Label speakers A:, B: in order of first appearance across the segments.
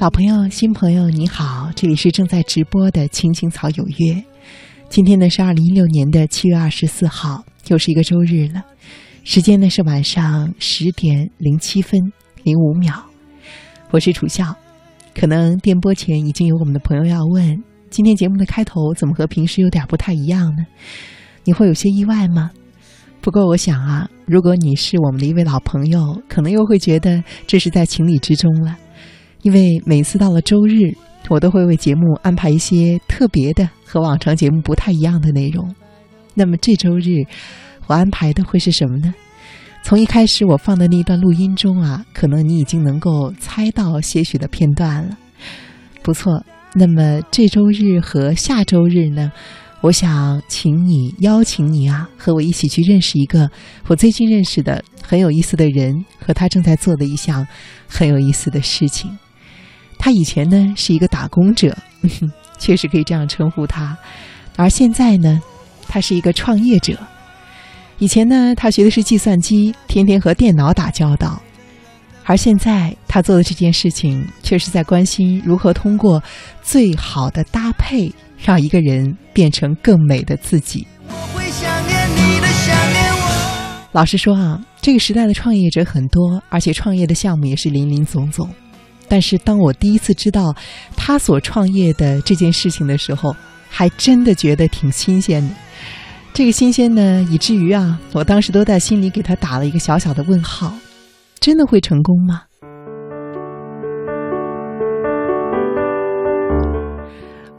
A: 老朋友、新朋友，你好，这里是正在直播的《青青草有约》。今天呢是二零一六年的七月二十四号，又是一个周日了。时间呢是晚上十点零七分零五秒。我是楚笑。可能电波前已经有我们的朋友要问，今天节目的开头怎么和平时有点不太一样呢？你会有些意外吗？不过我想啊，如果你是我们的一位老朋友，可能又会觉得这是在情理之中了，因为每次到了周日，我都会为节目安排一些特别的和往常节目不太一样的内容。那么这周日，我安排的会是什么呢？从一开始我放的那一段录音中啊，可能你已经能够猜到些许的片段了。不错，那么这周日和下周日呢，我想请你邀请你啊，和我一起去认识一个我最近认识的很有意思的人和他正在做的一项很有意思的事情。他以前呢是一个打工者， 确实可以这样称呼他，而现在呢，他是一个创业者。以前呢，他学的是计算机，天天和电脑打交道，而现在他做的这件事情，却是在关心如何通过最好的搭配，让一个人变成更美的自己。
B: 我会想念你的，想念我。
A: 老实说啊，这个时代的创业者很多，而且创业的项目也是林林总总。但是当我第一次知道他所创业的这件事情的时候，还真的觉得挺新鲜的。这个新鲜呢，以至于啊，我当时都在心里给他打了一个小小的问号：真的会成功吗？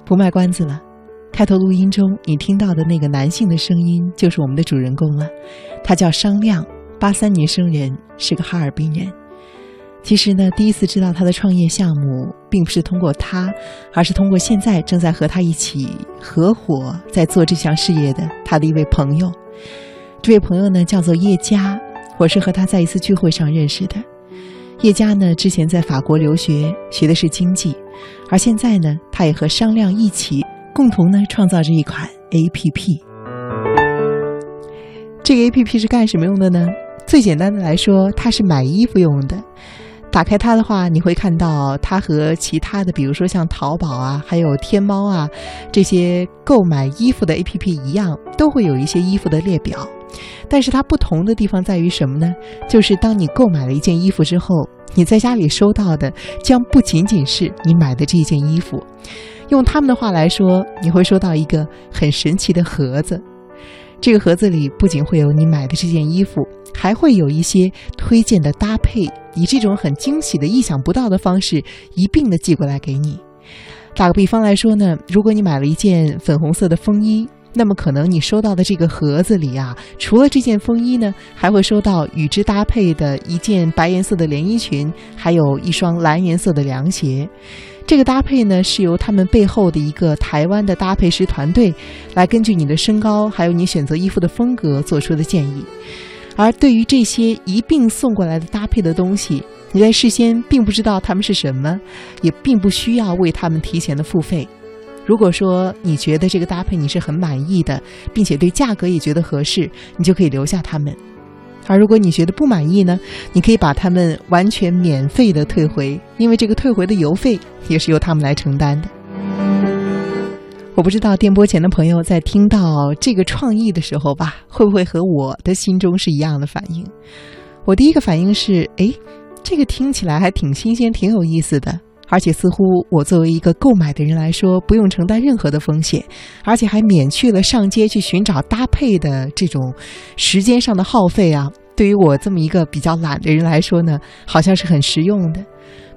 A: 不卖关子了，开头录音中你听到的那个男性的声音，就是我们的主人公了。他叫商亮，八三年生人，是个哈尔滨人。其实呢，第一次知道他的创业项目，并不是通过他，而是通过现在正在和他一起合伙在做这项事业的他的一位朋友。这位朋友呢，叫做叶佳，我是和他在一次聚会上认识的。叶佳呢，之前在法国留学，学的是经济，而现在呢，他也和商量一起，共同呢创造着一款 APP。这个 APP 是干什么用的呢？最简单的来说，它是买衣服用的。打开它的话，你会看到它和其他的，比如说像淘宝啊，还有天猫啊这些购买衣服的 APP 一样，都会有一些衣服的列表。但是它不同的地方在于什么呢？就是当你购买了一件衣服之后，你在家里收到的将不仅仅是你买的这一件衣服。用他们的话来说，你会收到一个很神奇的盒子，这个盒子里不仅会有你买的这件衣服，还会有一些推荐的搭配，以这种很惊喜的、意想不到的方式一并的寄过来给你。打个比方来说呢，如果你买了一件粉红色的风衣，那么可能你收到的这个盒子里啊，除了这件风衣呢，还会收到与之搭配的一件白颜色的连衣裙，还有一双蓝颜色的凉鞋。这个搭配呢，是由他们背后的一个台湾的搭配师团队来根据你的身高，还有你选择衣服的风格做出的建议。而对于这些一并送过来的搭配的东西，你在事先并不知道它们是什么，也并不需要为它们提前的付费。如果说你觉得这个搭配你是很满意的，并且对价格也觉得合适，你就可以留下它们。而如果你觉得不满意呢，你可以把它们完全免费的退回，因为这个退回的邮费也是由他们来承担的。我不知道电波前的朋友在听到这个创意的时候吧，会不会和我的心中是一样的反应？我第一个反应是，诶，这个听起来还挺新鲜，挺有意思的，而且似乎我作为一个购买的人来说，不用承担任何的风险，而且还免去了上街去寻找搭配的这种时间上的耗费啊。对于我这么一个比较懒的人来说呢，好像是很实用的。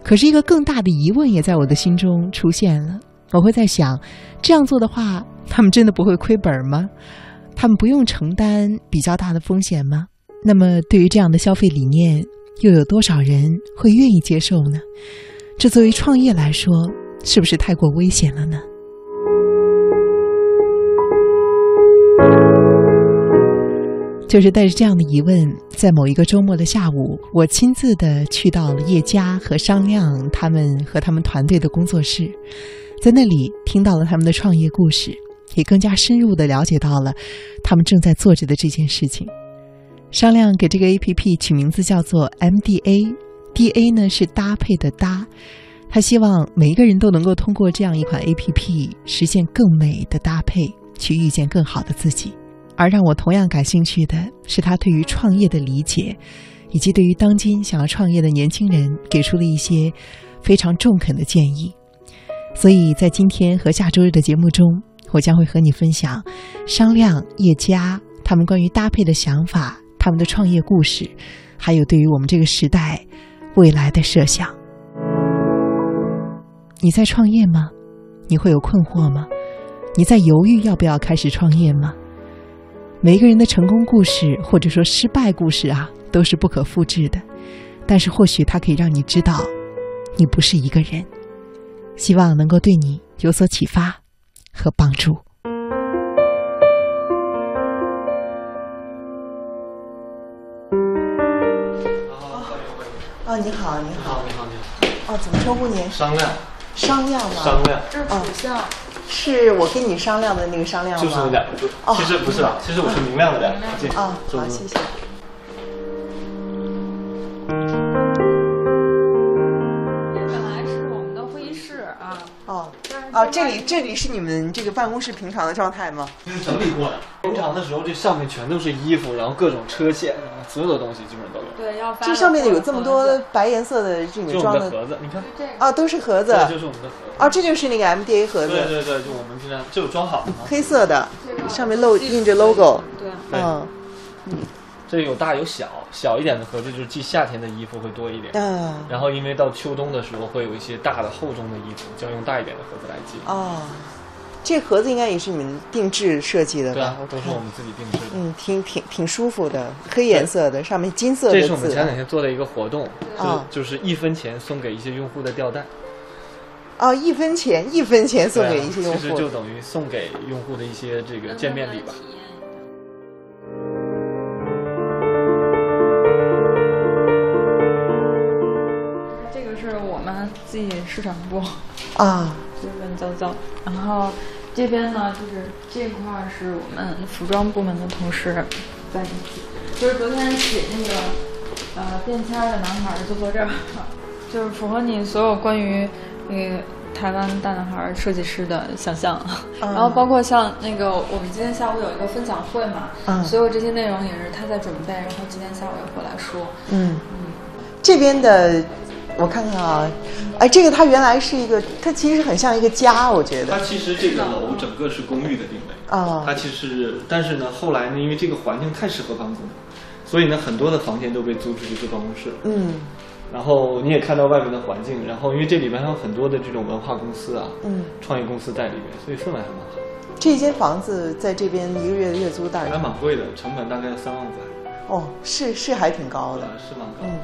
A: 可是，一个更大的疑问也在我的心中出现了。我会在想，这样做的话，他们真的不会亏本吗？他们不用承担比较大的风险吗？那么，对于这样的消费理念，又有多少人会愿意接受呢？这作为创业来说，是不是太过危险了呢？就是带着这样的疑问，在某一个周末的下午，我亲自的去到了叶家和商量他们和他们团队的工作室，在那里听到了他们的创业故事，也更加深入的了解到了他们正在做着的这件事情。商量给这个 A P P 取名字叫做 M D A，D A 呢是搭配的搭，他希望每一个人都能够通过这样一款 APP 实现更美的搭配，去遇见更好的自己。而让我同样感兴趣的是他对于创业的理解，以及对于当今想要创业的年轻人给出了一些非常中肯的建议。所以在今天和下周日的节目中，我将会和你分享商量叶家他们关于搭配的想法、他们的创业故事，还有对于我们这个时代未来的设想。你在创业吗？你会有困惑吗？你在犹豫要不要开始创业吗？每一个人的成功故事，或者说失败故事啊，都是不可复制的。但是或许它可以让你知道，你不是一个人。希望能够对你有所启发和帮助。
C: 哦，你好，你好，
D: 你好，你好。
C: 哦，怎么称呼您？
D: 商量，
C: 商量吗？
D: 商量，
C: 这是属相，是我跟你商量的那个商量吗？
D: 就是那两个
C: 哦。
D: 其实不是啦，其实我是明亮的两个。进
C: 啊，
D: 坐
C: 好，
D: 坐
C: 谢谢。
E: 本来是我们的会议室啊，
C: 哦，啊，这里这里是你们这个办公室平常的状态吗？
D: 就是整理过的。平常的时候，这上面全都是衣服，然后各种车线，然后所有的东西基本上都有。
E: 对，要发
C: 这上面有这么多白颜色的这
D: 这
C: 里
D: 是
C: 面
D: 我
C: 装
D: 们的
C: 的
D: 盒子，你看，
E: 这个
C: 啊，都是盒子
D: 这就是我们的盒子。
C: 啊，这就是那个 MDA 盒
D: 对
C: 子，
D: 对对，就我们平常就有装好的嘛。
C: 黑色的，
E: 这个
C: 上面露印着 logo，
E: 对，
D: 对
C: 嗯
D: 这有大有小，小一点的盒子就是寄夏天的衣服会多一点。
C: 啊
D: 然后因为到秋冬的时候会有一些大的厚重的衣服，就要用大一点的盒子来寄。
C: 哦，这盒子应该也是你们定制设计的
D: 对
C: 吧
D: 啊？
C: 我，
D: 都
C: 看
D: 是我们自己定制的。
C: 嗯，挺挺挺舒服的，黑颜色的，上面金色的
D: 这
C: 字。
D: 是我们前两天做的一个活动，
C: 啊
D: 就就是一分钱送给一些用户的吊带。
C: 哦，一分钱一分钱送给一些用
D: 对啊其实
C: 户
D: 就。等于送给用户的一些这个见面礼吧。
E: 这个是我们自己市场部，
C: 啊
E: 就是文娇娇，然后这边呢就是这块儿是我们服装部门的同事在一起，就是昨天写那个呃便签儿的男孩儿就坐这儿， 就是符合你所有关于那个台湾大男孩儿设计师的想象，
C: 嗯
E: 然后包括像那个我们今天下午有一个分享会嘛，
C: 嗯
E: 所有这些内容也是他在准备，然后今天下午也会来说，
C: 嗯，这边的我看看啊，哎，这个它原来是一个，它其实很像一个家，我觉
D: 它
C: 得。
D: 其实这个楼整个是公寓的定位，
C: 哦
D: 它其实但是呢，后来呢，因为这个环境太适合办公了，所以呢，很多的房间都被租出去做办公室。
C: 嗯
D: 然后你也看到外面的环境，然后因为这里边还有很多的这种文化公司啊、
C: 嗯，
D: 创业公司在里面，所以氛围还蛮好，
C: 这间房子在这边一个月的月租大
D: 还
C: 概
D: 蛮贵的，成本大概要三万块，
C: 哦，是是还挺高的。
D: 是蛮高的。
C: 嗯，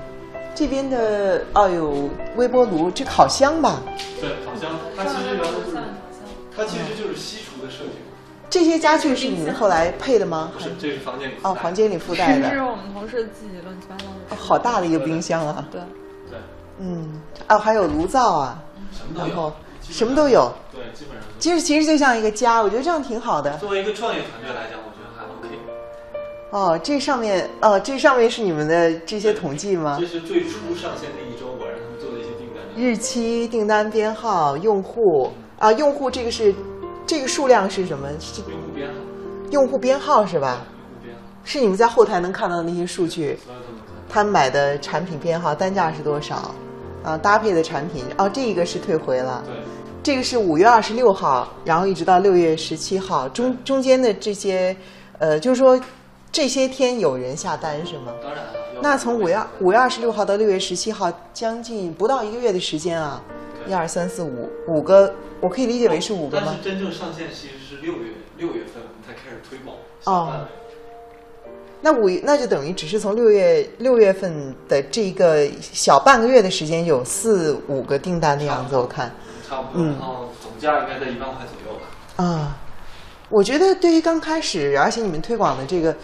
C: 这边的哦有微波炉，这烤箱吧，
D: 对，好像它其实原来就是，它其实就是西厨的设计，
C: 这些家具是你们后来配的吗？
D: 不是，这是房间里
C: 哦，房间里附带
E: 这
C: 的
E: 是。我们同事自己乱七八糟的
C: 哦，好大的一个冰箱啊。
E: 对。
D: 对，
C: 嗯，啊，还有炉灶啊，
D: 什么都
C: 然
D: 有
C: 后，什么都有，
D: 对，基本上。
C: 其实其实就像一个家，我觉得这样挺好的。
D: 作为一个创业团队来讲，我觉得还 OK。
C: 哦，这上面哦，这上面是你们的这些统计吗
D: 这？是最初上线那一周，我让他们做的一些订单。
C: 日期、订单编号、用户啊，用户这个是这个数量是什么？是
D: 用户编号，
C: 用户编号是吧？
D: 用户编号，
C: 是你们在后台能看到的那些数据，
D: 所有都能看。
C: 他们买的产品编号、单价是多少？啊，搭配的产品哦，这一个是退回了，
D: 对，
C: 这个是五月二十六号，然后一直到六月十七号，中中间的这些，呃，就是说这些天有人下单是吗？
D: 当然啊了。要
C: 那从五月五月二十六号到六月十七号，将近不到一个月的时间啊，一二三四五五个，我可以理解为是五个
D: 但
C: 吗
D: 哦是？真正上线其实是六月六月份我们才开始推广。小
C: 哦
D: 范围
C: 那五那就等于只是从六月六月份的这一个小半个月的时间，有四五个订单的样子，我看
D: 差不多，
C: 嗯
D: 然后总价应该在一万块左右吧。
C: 啊，我觉得对于刚开始，而且你们推广的这个。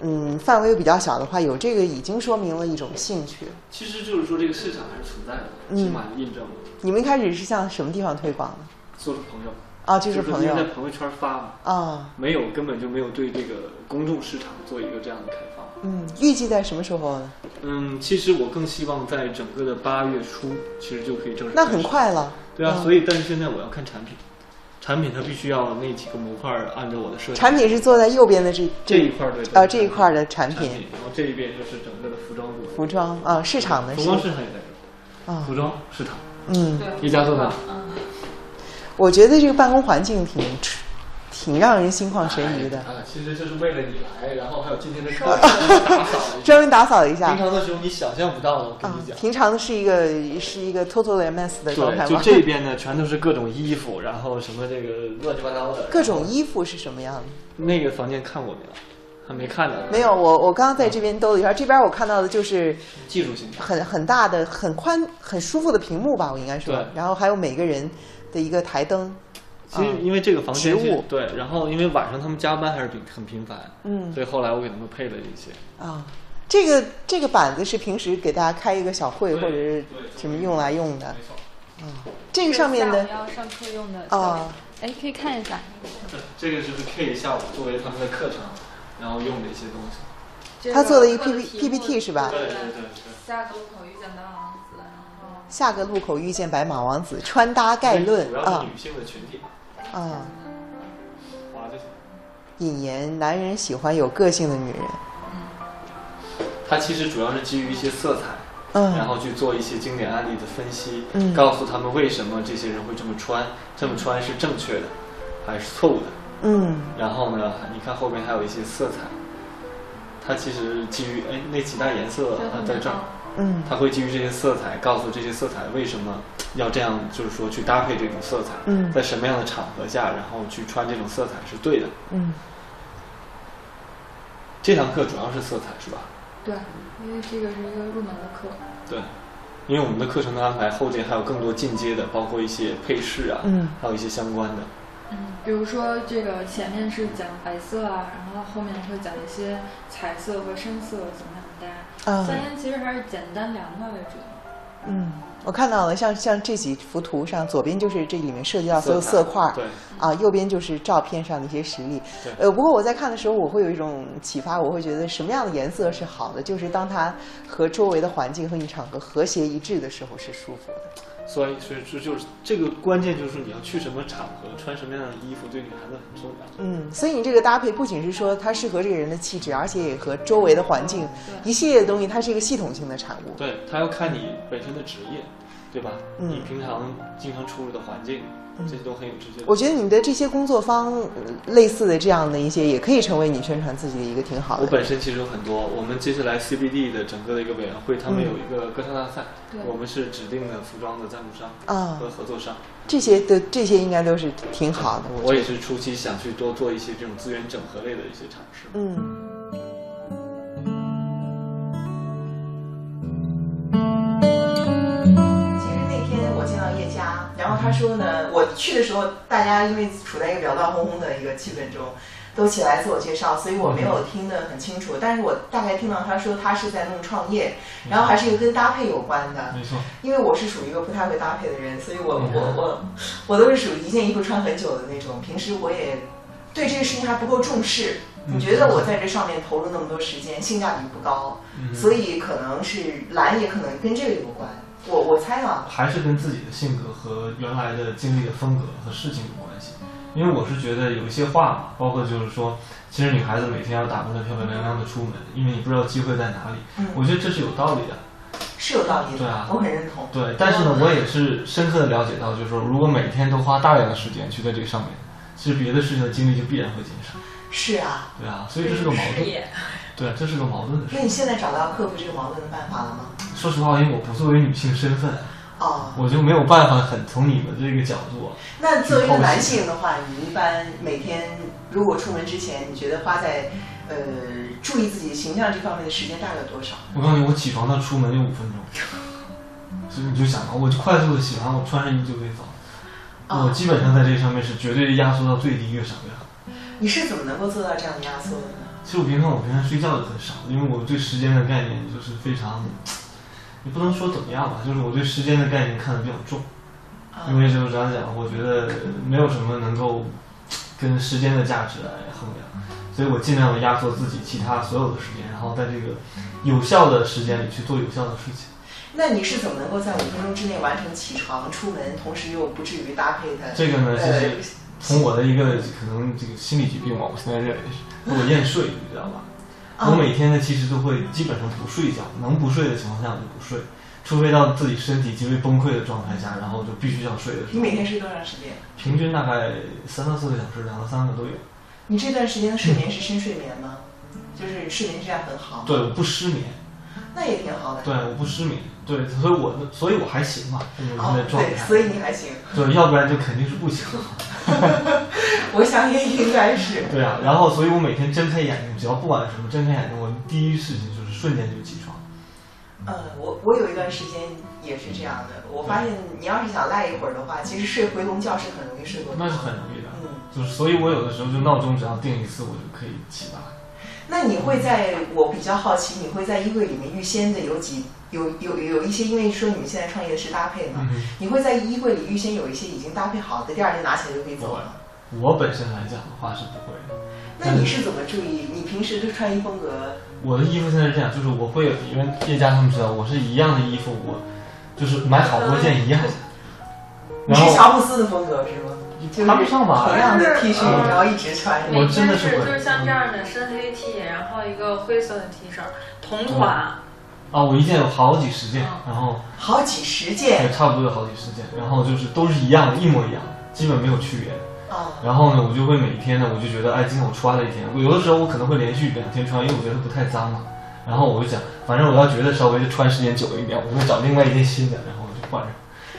C: 嗯，范围又比较小的话，有这个已经说明了一种兴趣。
D: 其实就是说这个市场还是存在的，
C: 嗯
D: 起码印证了。
C: 你们一开始是向什么地方推广呢？
D: 做了朋友，
C: 啊，就是
D: 是
C: 朋
D: 因
C: 友
D: 为在朋友圈发嘛，
C: 啊，
D: 没有根本就没有对这个公众市场做一个这样的开放。
C: 嗯，预计在什么时候呢？
D: 嗯，其实我更希望在整个的八月初，其实就可以正式。
C: 那很。快了。
D: 对啊，
C: 嗯
D: 所以但是现在我要看产品，产品它必须要那几个模块儿按照我的设计。
C: 产品是坐在右边的这
D: 这一块儿对吧
C: 啊这一块儿的产
D: 产
C: 品，
D: 然后这一边就是整个的服装部。
C: 服装啊市场的
D: 服
C: 是
D: 装市场也在这儿，
C: 啊
D: 服装市场
C: 嗯，
D: 一家做大。
C: 我觉得这个办公环境挺挺让人心旷神怡的。
D: 啊，其实就是为了你来，然后还有今 天的课打扫一下。
C: 专门打扫一下
D: 平，常的时候你想象不到的，我跟
C: 啊
D: 你，讲。
C: 平常是一个是一个 total mess 的状态
D: 对，就
C: 吗？
D: 这边呢，全都是各种衣服，然后什么这个乱七八糟的。
C: 各种衣服是什么样的？
D: 那个房间看过没有？还没看呢。
C: 没有，我我刚刚在这边兜了一圈，这边我看到的就是
D: 技术性的。
C: 很很大的、很宽、很舒服的屏幕吧，我应该说
D: 对。
C: 然后还有每个人的一个台灯，
D: 其实
C: 嗯
D: 因为这个房间
C: 植
D: 是
C: 物
D: 对，然后因为晚上他们加班还是挺很频繁，
C: 嗯
D: 所以后来我给他们配了一些。
C: 啊，这个这个板子是平时给大家开一个小会
D: 对
C: 或者是
D: 对
C: 什么用来用的。
D: 错，
C: 这个上面的
E: 要上课用的
C: 啊，
E: 哎，可以看一下。
D: 这个就是 K 一下午作为他们的课程，然后用的一些东西。
C: 他做了一 P P P P T 是吧？
D: 对对对。
E: 下个路口遇见白马王子，然后
C: 下个路口遇见白马王子，穿搭概论
D: 主要
C: 啊
D: 是女性的群体，
C: 啊，
D: 划就行。
C: 引言男人喜欢有个性的女人。
D: 它其实主要是基于一些色彩，然
C: 嗯
D: 后去做一些经典案例的分析，
C: 嗯
D: 告诉他们为什么这些人会这么穿，这么穿是正确的还是错误的。
C: 嗯，
D: 然后呢，你看后面还有一些色彩，它其实基于哎那几大颜色
E: 对
D: 啊在这儿，
C: 嗯
D: 它会基于这些色彩，告诉这些色彩为什么要这样，就是说去搭配这种色彩，
C: 嗯
D: 在什么样的场合下，然后去穿这种色彩是对的。
C: 嗯，
D: 这堂课主要是色彩是吧？
E: 对，因为这个是一个入门的课。
D: 对，因为我们的课程的安排后边还有更多进阶的，包括一些配饰啊，
C: 嗯
D: 还有一些相关的。
E: 嗯，比如说这个前面是讲白色啊，然后后面会讲一些彩色和深色怎么样搭。
C: 啊
E: 三天其实还是简单凉快为主。
C: 嗯，我看到了，像像这几幅图上，左边就是这里面涉及到所有色
D: 色彩
C: 块儿，
D: 对
C: 啊，右边就是照片上的一些实例
D: 对。
C: 呃，不过我在看的时候，我会有一种启发，我会觉得什么样的颜色是好的，就是当它和周围的环境和你场合和谐一致的时候是舒服的。
D: 所以，所以这就是这个关键，就是你要去什么场合，穿什么样的衣服，对女孩子很重要。
C: 嗯，所以你这个搭配不仅是说它适合这个人的气质，而且也和周围的环境一系列的东西，它是一个系统性的产物。
D: 对，他要看你本身的职业，对吧？
C: 嗯
D: 你平常经常出入的环境，这些都很有直接的。
C: 我觉得你的这些工作坊呃类似的这样的一些，也可以成为你宣传自己的一个挺好
D: 我
C: 的。
D: 本身其实有很多，我们接下来 CBD 的整个的一个委员会，他
C: 嗯
D: 们有一个歌唱大赛，
E: 对
D: 我们是指定的服装的赞助商
C: 啊
D: 和合作商。
C: 这些的这些应该都是挺好的，我
D: 我也
C: 觉得。
D: 是初期想去多做一些这种资源整合类的一些尝试。
C: 嗯。其实那天我见到叶佳，然后他说呢，我去的时候，大家因为处在一个比较乱哄哄的一个气氛中，都起来自我介绍，所以我没
D: 嗯
C: 有听得很清楚，但是我大概听到他说他是在弄创业，然后还是一个跟搭配有关的。
D: 嗯没错，
C: 因为我是属于一个不太会搭配的人，所以我我我我都是属于一件衣服穿很久的那种。平时我也对这个事情还不够重视，你觉得我在这上面投入那么多时间，性价比不高，
D: 嗯
C: 所以可能是懒，也可能跟这个有关。我我猜啊，
D: 还是跟自己的性格和原来的经历的风格和事情有关系。因为我是觉得有一些话嘛，包括就是说，其实女孩子每天要打扮得漂漂亮亮的出门，因为你不知道机会在哪里。
C: 嗯
D: 我觉得这是有道理的。
C: 是有道理的，
D: 对啊
C: 我很认同。
D: 对，但是呢，我也是深刻的了解到，就是说，如果每天都花大量的时间去在这个上面，其实别的事情的精力就必然会减少。
C: 是啊，
D: 对啊，所以这是个矛盾。对，这是个矛盾的事
C: 那。你现在找到克服这个矛盾的办法了吗？
D: 说实话，因为我不作为女性身份，啊
C: 哦，
D: 我就没有办法很从你们这个角度啊，
C: 那作为一个男性的话，你一般每天如果出门之前，你觉得花在呃注意自己形象这方面的时间大概有多少？
D: 我告诉你，我起床到出门就五分钟，所以你就想吧，我就快速的洗完，我穿上衣就可以走。
C: 啊
D: 我基本上在这个上面是绝对压缩到最低，越少越好。
C: 你是怎么能够做到这样的压缩的呢？
D: 其实我平常我平常睡觉也很少，因为我对时间的概念就是非常，也不能说怎么样吧，就是我对时间的概念看得比较重，因为就是这样讲，我觉得没有什么能够跟时间的价值来衡量。所以我尽量的压缩自己其他所有的时间，然后在这个有效的时间里去做有效的事情。
C: 那你是怎么能够在五分钟之内完成起床、出门，同时又不至于搭配它？
D: 这个呢，其
C: 呃
D: 实从我的一个可能这个心理疾病嘛，我现在认为是我厌睡，你知道吧？
C: 啊
D: 我每天呢，其实都会基本上不睡觉，能不睡的情况下我就不睡，除非到自己身体极为崩溃的状态下，然后就必须要睡的时
C: 你
D: 候，
C: 每天睡多长时间？
D: 平均大概三到四个小时，两到三个都有。
C: 你这段时间的睡眠是深睡眠吗？就是睡眠质量很好，
D: 对，我不失眠，
C: 那也挺好的。
D: 对，我不失眠，对，所以我所以我还行嘛，这种现在
C: 哦，
D: 状
C: 对，
D: 态，
C: 所以你还行，
D: 对，要不然就肯定是不行。
C: 我想也应该是。
D: 对啊，然后所以我每天睁开眼睛，只要不管什么，睁开眼睛，我第一事情就是瞬间就起床。
C: 呃，我我有一段时间也是这样的，我发现你要是想赖一会儿的话，其实睡回笼觉是很容易睡过头。
D: 那是很容易的，
C: 嗯，
D: 就是所以我有的时候就闹钟只要定一次，我就可以起吧。
C: 那你会在我比较好奇，你会在衣柜里面预先的有几有有有一些，因为说你们现在创业是搭配嘛，
D: 嗯
C: 你会在衣柜里预先有一些已经搭配好的，第二天拿起来就可以走了。
D: 我本身来讲的话是不会的，
C: 那你是怎么注意？你平时的穿衣风格？
D: 我的衣服现在是这样，就是我会因为叶家他们知道我是一样的衣服，我就是买好多件一样的，
C: 你
D: 然
C: 是
D: 后
C: 乔布斯的风格是吗？就是
D: 谈不上吧
C: 同，样的 T 恤，
D: 嗯
C: 然后一直穿。
D: 我
F: 每
D: 真的
F: 天
D: 是
F: 是
D: 会
F: 就是像这样的深黑 T，然后一个灰色的 T 恤，同款，
D: 啊，我一件有好几十件，然后
C: 嗯好几十
D: 对
C: 件
D: 差不多有好几十件，然后就是都是一样的，一模一样的，基本没有区别。
C: 啊！
D: 然后呢，我就会每天呢，我就觉得，哎，今天我穿了一天，我有的时候我可能会连续两天穿，因为我觉得不太脏嘛。然后我就想，反正我要觉得稍微就穿时间久一点，我就会找另外一件新的，然后我就换上。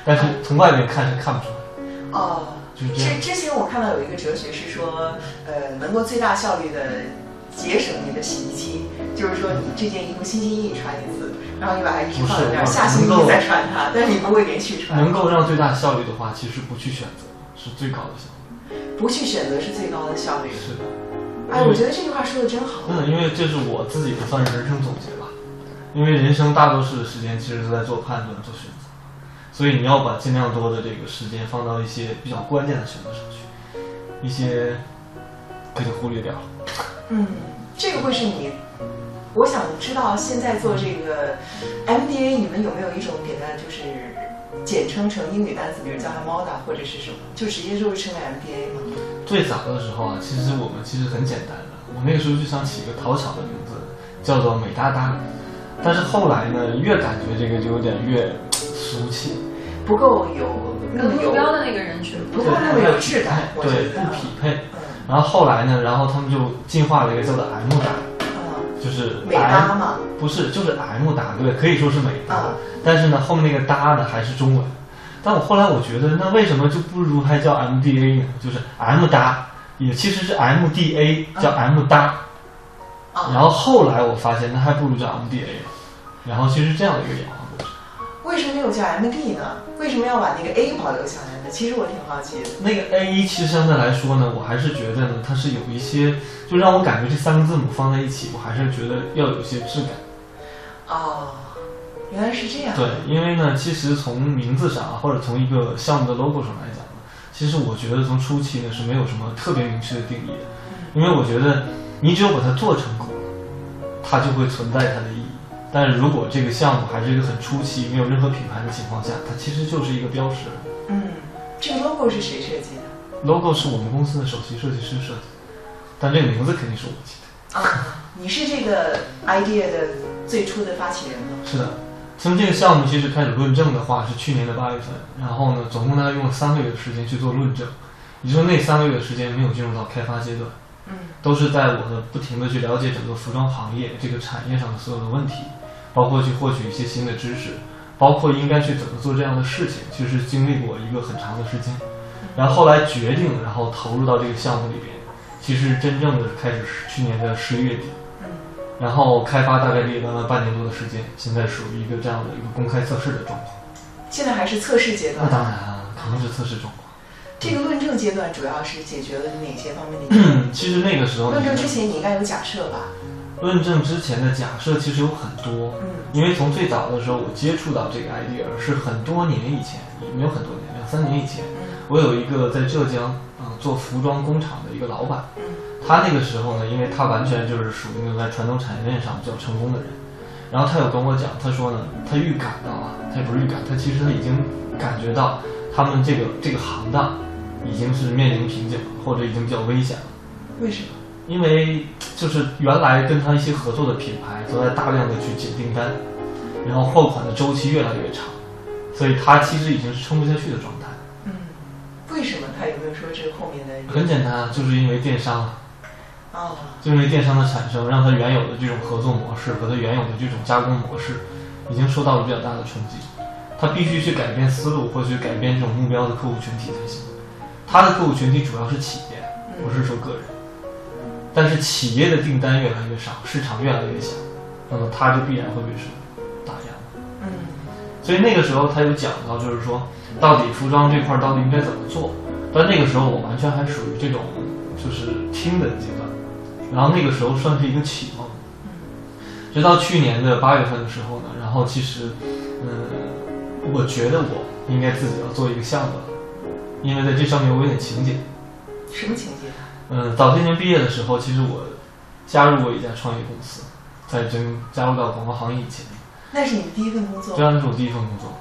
D: 但是从外面看是看不出来，
C: 哦，
D: 就是这
C: 之
D: 样。
C: 之前我看到有一个哲学是说，呃，能够最大效率的节省你的洗衣机，就是说你这件衣服星期一你穿一次，然后你把它一直放在那
D: 不
C: 儿，
D: 是
C: 下星期
D: 能够
C: 一再穿它，但是你不会连续穿
D: 能，够让最大效率的话，其实不去选择是最高的效率。
C: 不去选择是最高的效率。
D: 是的，
C: 哎，我觉得这句话说的真好。
D: 嗯，因为这是我自己的算是人生总结吧。因为人生大多数的时间其实都在做判断、做选择，所以你要把尽量多的这个时间放到一些比较关键的选择上去，一些可以忽略掉。
C: 嗯，这个会是你，我想知道现在做这个 MDA，你们有没有一种给它就是简称成英语单词，比如叫它 MODA 或者是什么，就直接就称为 MDA 吗？
D: 最早的时候啊，其实我们其实很简单的，我那个时候就想起一个讨巧的名字，叫做美哒哒。但是后来呢，越感觉这个就有点越俗气，
C: 不够有
D: 嗯
C: 那
F: 跟
C: 么
F: 目
C: 有，
F: 标的那个人群不
C: 不够那么有质感，我觉
D: 对，
C: 得。
D: 不匹配。
C: 嗯
D: 然后后来呢，然后他们就进化了一个叫做 M 哒，
C: 嗯，
D: 就是
C: 美
D: M
C: 搭嘛，
D: 不是，就是 M 打对，可以说是美搭，
C: 啊
D: 但是呢，后面那个搭呢还是中文。但我后来我觉得，那为什么就不如还叫 MDA 呢？就是 M 搭，也其实是 MDA
C: 嗯
D: 叫 M 搭。然
C: 啊，
D: 后后来我发现，那还不如叫 MDA 呢。然后其实这样的一个演化过程，
C: 为什么没有叫 MD 呢？为什么要把那个 A 保留下来呢？其实我挺好奇的。
D: 那个 A 其实相对来说呢，我还是觉得呢，它是有一些，就让我感觉这三个字母放在一起，我还是觉得要有一些质感。
C: 哦，原来是这样。
D: 对，因为呢，其实从名字上啊，或者从一个项目的 logo 上来讲呢，其实我觉得从初期呢是没有什么特别明确的定义的，因为我觉得你只有把它做成功了，它就会存在它的意义。但是如果这个项目还是一个很初期、没有任何品牌的情况下，它其实就是一个标识。
C: 嗯，这个 logo 是谁设计的？
D: logo 是我们公司的首席设计师设计的，但这个名字肯定是我起的。
C: 啊，你是这个 idea 的最初的发起人吗？
D: 是的，从这个项目其实开始论证的话是去年的八月份，然后呢，总共大概用了三个月的时间去做论证，也就是那三个月的时间没有进入到开发阶段，
C: 嗯，
D: 都是在我的不停的去了解整个服装行业这个产业上的所有的问题，包括去获取一些新的知识，包括应该去怎么做这样的事情，其实经历过一个很长的时间，然后后来决定，然后投入到这个项目里边，其实真正的开始是去年的十一月底。然后开发大概历经了半年多的时间，现在属于一个这样的一个公开测试的状况。
C: 现在还是测试阶
D: 那
C: 段。
D: 当然啊，肯定是测试状况。
C: 这个论证阶段主要是解决了哪些方面的疑问？
D: 嗯，其实那个时候
C: 论证之
D: 你
C: 前你应该有假设吧？
D: 论证之前的假设其实有很多，
C: 嗯
D: 因为从最早的时候我接触到这个 idea 是很多年以前，也没有很多年，两三年以前，
C: 嗯
D: 我有一个在浙江，嗯，做服装工厂的一个老板，
C: 嗯
D: 他那个时候呢，因为他完全就是属于那种在传统产业链上比较成功的人，然后他有跟我讲，他说呢，他预感到啊，他也不是预感，他其实他已经感觉到他们这个这个行当已经是面临瓶颈了，或者已经比较危险了。
C: 为什么？
D: 因为就是原来跟他一些合作的品牌都在大量的去减订单，然后货款的周期越来越长，所以他其实已经是撑不下去的状态。
C: 嗯，为什么他有没有说这个后面的
D: 很简单啊，就是因为电商啊，
C: 啊？
D: 就因为电商的产生，让他原有的这种合作模式和他原有的这种加工模式，已经受到了比较大的冲击。他必须去改变思路，或者去改变这种目标的客户群体才行。他的客户群体主要是企业，
C: 嗯
D: 不是说个人。但是企业的订单越来越少，市场越来越小，那么他就必然会被受打压。
C: 嗯
D: 所以那个时候他有讲到，就是说到底服装这块儿到底应该怎么做。但那个时候我完全还属于这种就是听的阶段，然后那个时候算是一个启蒙。直到去年的八月份的时候呢，然后其实，嗯，我觉得我应该自己要做一个项目了，因为在这上面我有点情景。
C: 什么情节？
D: 嗯，早些年毕业的时候，其实我加入过一家创业公司，在真加入到广告行业以前，
C: 那是你第一份工
D: 这
C: 作，
D: 样是我第一份工作，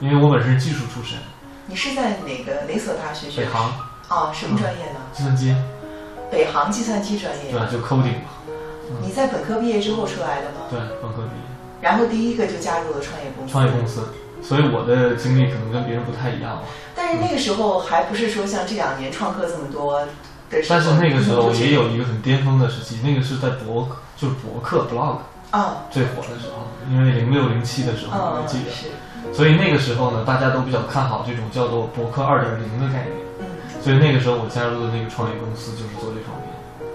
D: 因为我本身是技术出身，
C: 你是在哪个哪所大学学
D: 北
C: 的？
D: 航
C: 啊，什么专业呢？
D: 计算机，
C: 北航计算机专
D: 对
C: 业。
D: 吧？就 coding 嘛，
C: 你在本科毕业之后出来的吗？
D: 对，本科毕业，
C: 然后第一个就加入了创业公司。
D: 创业公司，所以我的经历可能跟别人不太一样吧。
C: 但是那个时候还不是说像这两年创客这么多的时候。
D: 但是那个时候也有一个很巅峰的时期，那个是在博客就是博客 blog
C: 啊，
D: 最火的时候，因为零六零七的时候我
C: 嗯，
D: 还记得，
C: 是，
D: 所以那个时候呢，大家都比较看好这种叫做博客二点零的概念。
C: 嗯
D: 所以那个时候我加入的那个创业公司就是做这方面，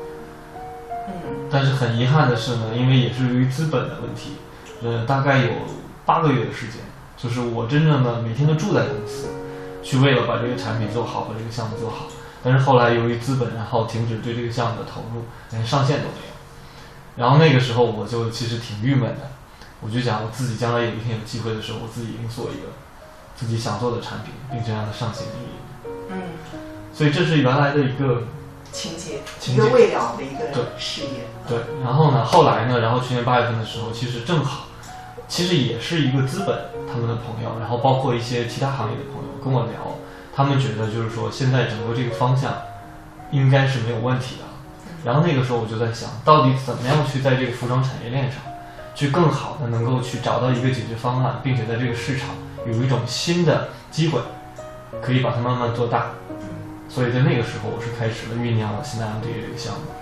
C: 嗯
D: 但是很遗憾的是呢，因为也是由于资本的问题，呃，大概有八个月的时间，就是我真正的每天都住在公司，去为了把这个产品做好，把这个项目做好。但是后来由于资本，然后停止对这个项目的投入，连上线都没有。然后那个时候我就其实挺郁闷的，我就想我自己将来有一天有机会的时候，我自己一定做一个自己想做的产品，并且让它上线运营。
C: 嗯，
D: 所以这是原来的一个
C: 情节，
D: 情
C: 一
D: 节
C: 个未了的一
D: 对
C: 个事业。
D: 对，然后呢，后来呢，然后去年八月份的时候，其实正好，其实也是一个资本他们的朋友，然后包括一些其他行业的朋友跟我聊，他们觉得就是说现在整个这个方向应该是没有问题的。然后那个时候我就在想，到底怎么样去在这个服装产业链上，去更好的能够去找到一个解决方案，并且在这个市场有一种新的机会，可以把它慢慢做大。所以在那个时候，我是开始了酝酿我现在要这个项目。